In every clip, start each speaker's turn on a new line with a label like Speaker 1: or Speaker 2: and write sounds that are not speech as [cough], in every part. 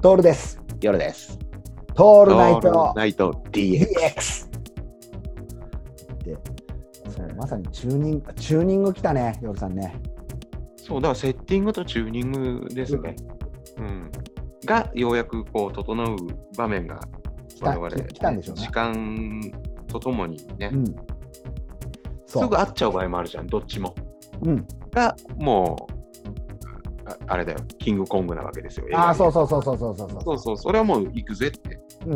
Speaker 1: トールです。
Speaker 2: 夜です。
Speaker 1: トー
Speaker 2: オ
Speaker 1: ルナイト
Speaker 2: ナイト DX。
Speaker 1: DX。で、そう、まさにチューニング、チューニング来たね、夜さんね。
Speaker 2: そう、だからセッティングとチューニングですね。うん。が、ようやくこう、整う場面が、
Speaker 1: 来
Speaker 2: 我
Speaker 1: た
Speaker 2: 々、
Speaker 1: 来たんでしょうね
Speaker 2: 時間とともにね、
Speaker 1: うん。
Speaker 2: す
Speaker 1: そう。
Speaker 2: ぐ合っちゃう場合もあるじゃん、どっちも。
Speaker 1: うん。
Speaker 2: が、もう、ああれだよ、キングコングなわけですよ。
Speaker 1: ああ、そううそうそうそうそうそうそう。
Speaker 2: そうそう、それはもう行くぜって。
Speaker 1: うん。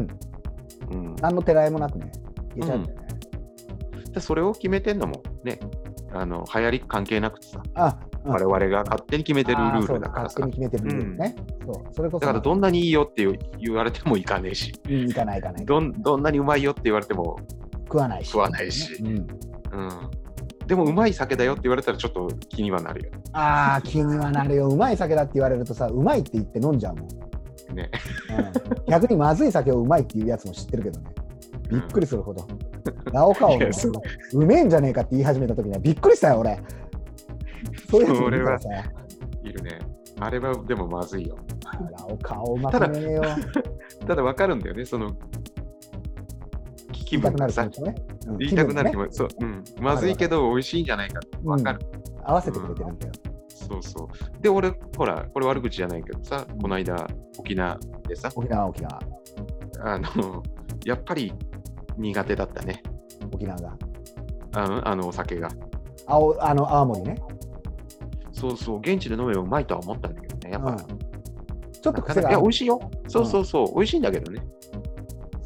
Speaker 2: うん。
Speaker 1: 何のてらいもなくね。いけちゃうんだよね。
Speaker 2: でそれを決めてんのも、ね、あの、流行り関係なくてさ、
Speaker 1: あ、うん
Speaker 2: 我々が勝手に決めてるル
Speaker 1: あー
Speaker 2: ー
Speaker 1: そう
Speaker 2: ルだからさ
Speaker 1: 勝手。に決めてるルールね。そう。それこそ。
Speaker 2: だからどんなにいいよって言う言われてもいかねえし、
Speaker 1: うん行かない行かない。
Speaker 2: どんどんなにうまいよって言われても、
Speaker 1: 食わないし。
Speaker 2: 食わないし
Speaker 1: うん。
Speaker 2: うん、でもうまい酒だよって言われたらちょっと気にはなるよ
Speaker 1: ああ、気にはなるよ。うまい酒だって言われるとさ、うまいって言って飲んじゃうもん。
Speaker 2: ね。
Speaker 1: うん、逆にまずい酒をうまいっていうやつも知ってるけどね。びっく
Speaker 2: り、
Speaker 1: りするほど。ラオカオ
Speaker 2: い
Speaker 1: の
Speaker 2: やそう
Speaker 1: うめえんじゃねえかって言い始めた時にはびっくりしたよ、俺。そういうやつもいるからさ。
Speaker 2: うんいるね。あれはでもまずいよ。
Speaker 1: ラオカオうまくねえよ。
Speaker 2: ただわかるんだよね、その、気
Speaker 1: 言いた
Speaker 2: 分
Speaker 1: くな
Speaker 2: が
Speaker 1: る気
Speaker 2: さ
Speaker 1: 持、ちね。うん
Speaker 2: 言いたくなる気持ち、
Speaker 1: 気
Speaker 2: そう
Speaker 1: 分ね
Speaker 2: うん、まずいけど美味しいんじゃないかってわかる、
Speaker 1: うん合わせてくれてるんだよ。
Speaker 2: そうそう。で、俺、ほら、これ悪口じゃないけどさ、この間、沖縄でさ、
Speaker 1: 沖縄、沖縄、
Speaker 2: あの、やっぱり苦手だったね、
Speaker 1: 沖縄が。
Speaker 2: あのあのお酒が。
Speaker 1: あおあの青森ね。
Speaker 2: そうそう、現地で飲めばうまいとは思ったんだけどね、やっぱ。
Speaker 1: うんちょっと
Speaker 2: なか
Speaker 1: 癖が
Speaker 2: なか
Speaker 1: あ
Speaker 2: い
Speaker 1: る
Speaker 2: や、美味しいよ。そうそうそう、美味しいんだけどね。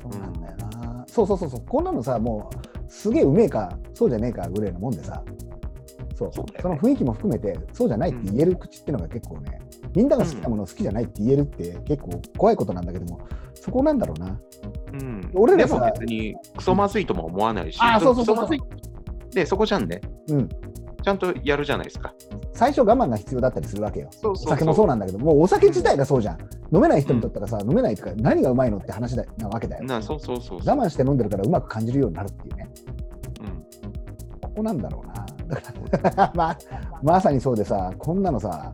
Speaker 1: そうなんだよな。そうそうそうそう。こんなのさ、もうすげえうめえか、そうじゃねえかぐらいのもんでさ。そう
Speaker 2: そ
Speaker 1: そう
Speaker 2: だよね
Speaker 1: の雰囲気も含めて、そうじゃないって言える口ってのが結構ね、みんなが好きなものを好きじゃないって言えるって結構怖いことなんだけども、そこなんだろうな。
Speaker 2: うん。
Speaker 1: 俺ら
Speaker 2: で
Speaker 1: さ
Speaker 2: も別に、クソまずいとも思わないし、
Speaker 1: あーそうそうそう
Speaker 2: クソまずい。で、そこじゃんね。
Speaker 1: うん。
Speaker 2: ちゃんとやるじゃないですか。
Speaker 1: 最初我慢が必要だったりするわけよ。
Speaker 2: そうそう
Speaker 1: お酒もそうなんだけど、もうお酒自体がそうじゃん。飲めない人にとったらさ、飲めないとか何がうまいのって話だなわけだよ。
Speaker 2: なそうそうそう。
Speaker 1: 我慢して飲んでるからうまく感じるようになるっていうね。
Speaker 2: うん。
Speaker 1: ここなんだろうな。だから、 [laughs] ま、まさにそうでさ、こんなのさ、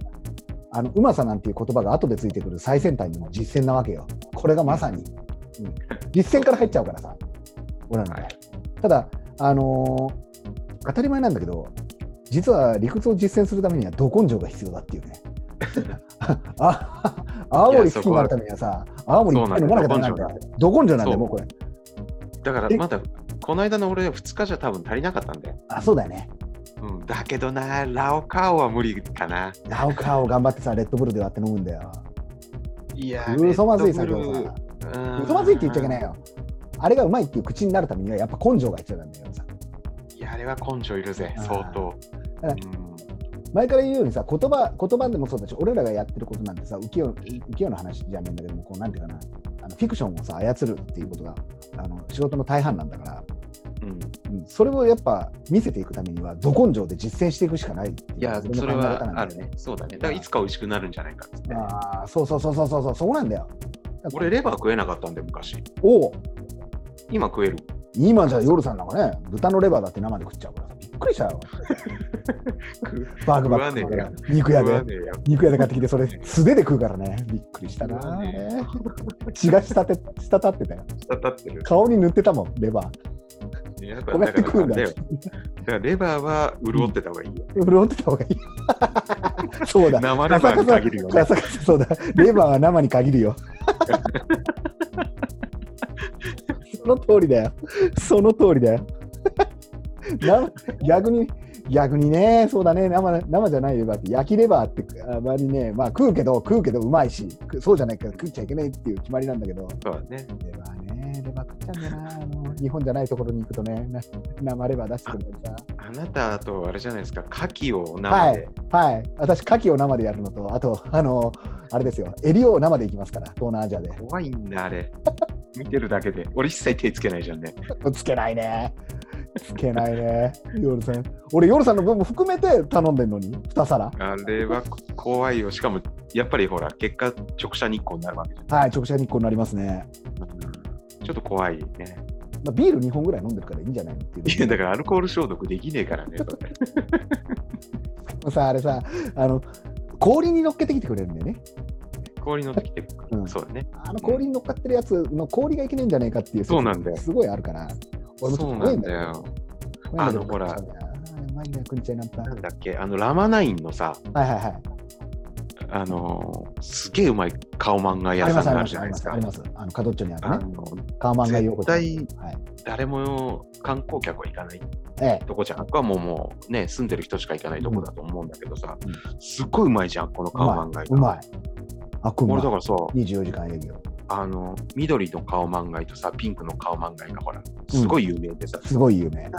Speaker 1: あのうまさなんていう言葉が後でついてくる最先端の実践なわけよ。これがまさに。うん、実践から入っちゃうからさ、俺らの場合
Speaker 2: はい
Speaker 1: ただ、あのー当たり前なんだけど、実は理屈を実践するためには、ど根性が必要だっていう [laughs] ね。あ青森好きになるためにはさ、青森いっぱい飲まなきゃダメなんだよ。ど根性なんだ
Speaker 2: そ
Speaker 1: よ、
Speaker 2: う
Speaker 1: もうこれ。
Speaker 2: だから、
Speaker 1: え
Speaker 2: まだ、この間の俺、2日じゃ多分足りなかったんだよ。
Speaker 1: あ、そうだよね。
Speaker 2: うん。だけどな、ラオカオは無理かな。
Speaker 1: ラオカを頑張ってさ、レッドブルで割って飲むんだよ。
Speaker 2: いや
Speaker 1: 嘘まずい酒をさ。嘘
Speaker 2: 嘘
Speaker 1: まずいって言っちゃいけない
Speaker 2: よ。
Speaker 1: よ。あれがうまいっていう口になるためにはやっぱ根性が必要なんだよさ。
Speaker 2: いや、あれは根性いるぜ、
Speaker 1: あー
Speaker 2: 相当。
Speaker 1: だから
Speaker 2: うん
Speaker 1: 前から言うようにさ言葉言葉でもそうだし俺らがやってることなんてさ浮世浮世の話じゃねえんだけどもこうなんていうかなあのフィクションをさ操るっていうことがあの仕事の大半なんだから、
Speaker 2: うん。
Speaker 1: うん、それをやっぱ見せていくためにはど根性で実践していくしかないってう
Speaker 2: いや、
Speaker 1: の
Speaker 2: それ
Speaker 1: 考え方
Speaker 2: は
Speaker 1: な
Speaker 2: あ
Speaker 1: んだ
Speaker 2: る
Speaker 1: よ
Speaker 2: ね。そうだね。だから、いつか美味しくなるんじゃないかっつって。
Speaker 1: ああそうそうそうそうそうそうそこなんだよ
Speaker 2: 俺、レバー食えなかったんで、昔。
Speaker 1: おお
Speaker 2: 今食える。
Speaker 1: 今じゃ夜さんなんかね豚のレバーだって生で食っちゃうからさびっくりしたよバーグバッグ
Speaker 2: 食わね
Speaker 1: 肉屋
Speaker 2: 食
Speaker 1: で
Speaker 2: わねえや
Speaker 1: 肉屋で買ってきてそれ素手で食うからねびっくりしたなあれ血が滴って滴ってたよ
Speaker 2: 滴ってる。
Speaker 1: 顔に塗ってたもんレバ
Speaker 2: やっ
Speaker 1: ー
Speaker 2: ぱ
Speaker 1: こうや
Speaker 2: だ
Speaker 1: って
Speaker 2: か
Speaker 1: 食う
Speaker 2: ら
Speaker 1: んだ
Speaker 2: だ
Speaker 1: よ
Speaker 2: よ。だからレバーは潤ってた方がいいよ。
Speaker 1: 潤ってた方がいい [laughs] そうだ
Speaker 2: 生レバーに限るよね
Speaker 1: カ。サカサカサカサそうだレバーは生に限るよその通りだよその通りだよな逆に逆にねそうだね生生じゃないレバーって焼きレバーってあまりねまあ食うけど食うけどうまいしくそうじゃないから食っちゃいけないっていう決まりなんだけど
Speaker 2: そうだね。
Speaker 1: レバーね、レバー食っちゃうんだよな。あの日本じゃないところに行くとね、な生レバー出してくるんだよ
Speaker 2: あなたとあれじゃないですか、牡蠣を
Speaker 1: さ。は
Speaker 2: 生
Speaker 1: い
Speaker 2: で。、
Speaker 1: はい。私、牡蠣を生でやるのと、あと、あの、あれですよ、エリを生でいきますから、東南アジアで。
Speaker 2: 怖いんだ、あれ。見てるだけで。俺一切手つけないじゃんね。
Speaker 1: つけないね。つけないね。ヨルさん。俺、ヨルさんの分も含めて頼んでんのに、2皿。
Speaker 2: あれは怖いよ。しかも、やっぱりほら、結果、直射日光になるわけじゃん。
Speaker 1: はい、直射日光になりますね。
Speaker 2: ちょっと怖いね。
Speaker 1: まあ、ビール2本ぐらい飲んでるからいいんじゃないのっていう。
Speaker 2: いや、だからアルコール消毒できねえからね。それ
Speaker 1: さあ、あれさ、あの、氷に乗っけてきてくれるんだよね。
Speaker 2: 氷乗ってきてるから、
Speaker 1: うん
Speaker 2: そうだね。
Speaker 1: あの氷に乗っかってるやつの氷がいけねえんじゃねえかっていう説
Speaker 2: そうなんだよ
Speaker 1: すごいあるから。俺もちょ
Speaker 2: そ
Speaker 1: っと怖
Speaker 2: うない
Speaker 1: ん
Speaker 2: ん
Speaker 1: だ
Speaker 2: だ
Speaker 1: よ。
Speaker 2: よ。
Speaker 1: 怖いんだけど
Speaker 2: あのほら
Speaker 1: 食っちゃうんだよなうまいんだよ、食っちゃいなんぱ。
Speaker 2: なんだっけ、あの、ラマナインのさ、
Speaker 1: はいはいはい。
Speaker 2: あのーすげえうまい顔漫画
Speaker 1: あ
Speaker 2: 屋
Speaker 1: り
Speaker 2: さ
Speaker 1: ま
Speaker 2: ん
Speaker 1: す、ありま
Speaker 2: があるじ
Speaker 1: す、
Speaker 2: ゃ
Speaker 1: あ
Speaker 2: な
Speaker 1: り
Speaker 2: いで
Speaker 1: ますす。あ
Speaker 2: か
Speaker 1: り。ます。あの、カドッチョにあ
Speaker 2: あ
Speaker 1: るね。
Speaker 2: の
Speaker 1: カーマンが横丁
Speaker 2: 絶
Speaker 1: はい。
Speaker 2: 誰も観光客は行かない
Speaker 1: ええ。
Speaker 2: とこじゃん。ここはもうもうね、住んでる人しか行かないとこだと思うんだけどさ、
Speaker 1: う
Speaker 2: すっごいうまいじゃん、この
Speaker 1: う
Speaker 2: 顔
Speaker 1: ま
Speaker 2: 漫画
Speaker 1: い。う
Speaker 2: 屋。
Speaker 1: まい。あく
Speaker 2: 俺
Speaker 1: ま
Speaker 2: だ
Speaker 1: い。
Speaker 2: からさ、
Speaker 1: 24時間営業。
Speaker 2: あの、緑の顔漫画とさ、ピンクの顔漫画がほら、すごい有名でさ、
Speaker 1: すごい有名。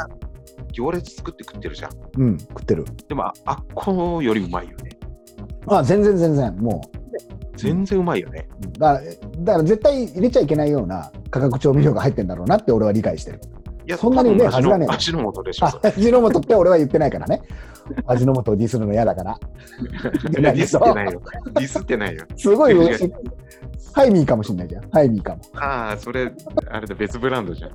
Speaker 2: 行列作って食ってるじゃん。
Speaker 1: うん、食ってる。
Speaker 2: でも、ああっこよりうまいよね。
Speaker 1: あ、全然全然、もう。
Speaker 2: 全然うまいよね。
Speaker 1: うんだから、だから絶対入れちゃいけないような価格調味料が入ってんだろうなって俺は理解してる。
Speaker 2: いや、
Speaker 1: そんなにうめえはずがねえ
Speaker 2: 多分味の味の素でしょ。そ
Speaker 1: [laughs]
Speaker 2: れ
Speaker 1: 味の素って俺は言ってないからね。 [laughs] 味の素をディスるの嫌だから。
Speaker 2: いやディスってないよ。ディスってないよ。
Speaker 1: すごい嬉しい。ハイミーかもしんないじゃん。ハイミーかも。
Speaker 2: ああ、それ、あれだ、別ブランドじゃん。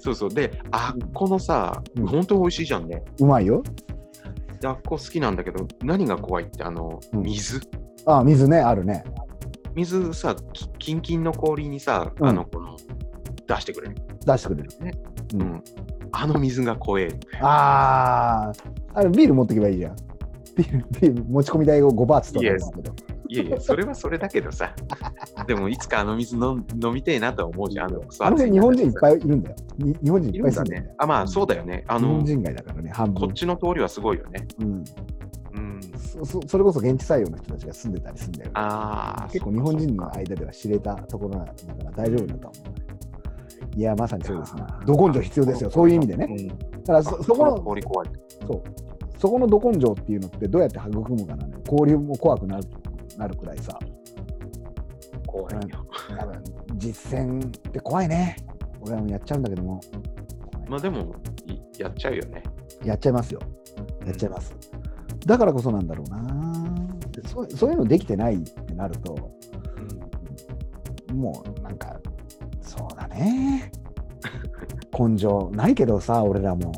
Speaker 2: そうそう。で、あっこのさ、
Speaker 1: うん
Speaker 2: 本当美味しいじゃんね。
Speaker 1: うまいよ。
Speaker 2: であっこ好きなんだけど、何が怖いって、あの、
Speaker 1: うん
Speaker 2: 水。
Speaker 1: あ、水ね、あるね。
Speaker 2: 水さ、きキンキンの氷にさ、
Speaker 1: うん
Speaker 2: あの、この、出してくれる。
Speaker 1: 出してくれる。
Speaker 2: う
Speaker 1: うん
Speaker 2: ん。あの水が怖え。
Speaker 1: あー、あれビール持ってけばいいじゃん。ビール、ビール持ち込み代を5バーツとかなんだけど。
Speaker 2: いやいや、それはそれだけ
Speaker 1: [laughs]
Speaker 2: どさ。でも、いつかあの水飲ん飲みてえなとは思うじゃん。あの
Speaker 1: あの辺日本人いっ
Speaker 2: い
Speaker 1: ぱいいるんだよ。に日本人い
Speaker 2: い
Speaker 1: っぱい
Speaker 2: るん
Speaker 1: 住
Speaker 2: だ
Speaker 1: んでるんだ
Speaker 2: ね
Speaker 1: よ。。
Speaker 2: あ、まあ、そうだよね。あ
Speaker 1: 日
Speaker 2: の
Speaker 1: 本、人街だからね、半
Speaker 2: こっ
Speaker 1: 分。
Speaker 2: ちの通りはすごいよね。
Speaker 1: うん、
Speaker 2: うん。
Speaker 1: そそそれこそ現地採用の人たちが住んでたりするんだよ。
Speaker 2: ああ、
Speaker 1: 結構日本人の間では知れたところだから大丈夫だと思う。いや、まさにそうですね。ど根性必要ですよ。そういう意味でね。
Speaker 2: ん。
Speaker 1: だからそそこの
Speaker 2: 氷怖い。
Speaker 1: そう。そこのど根性っていうのってどうやって育むかなのよ交流も怖くなるなるくらいさ、
Speaker 2: 怖いよ。
Speaker 1: 多分実践って怖いね。俺らもやっちゃうんだけども、
Speaker 2: まあでも、いやっちゃうよね。
Speaker 1: やっちゃいますよ。やっちゃいます。だからこそなんだろうなそう。そういうのできてないってなると、もうなんか、そうだね。根性ないけどさ、俺らも。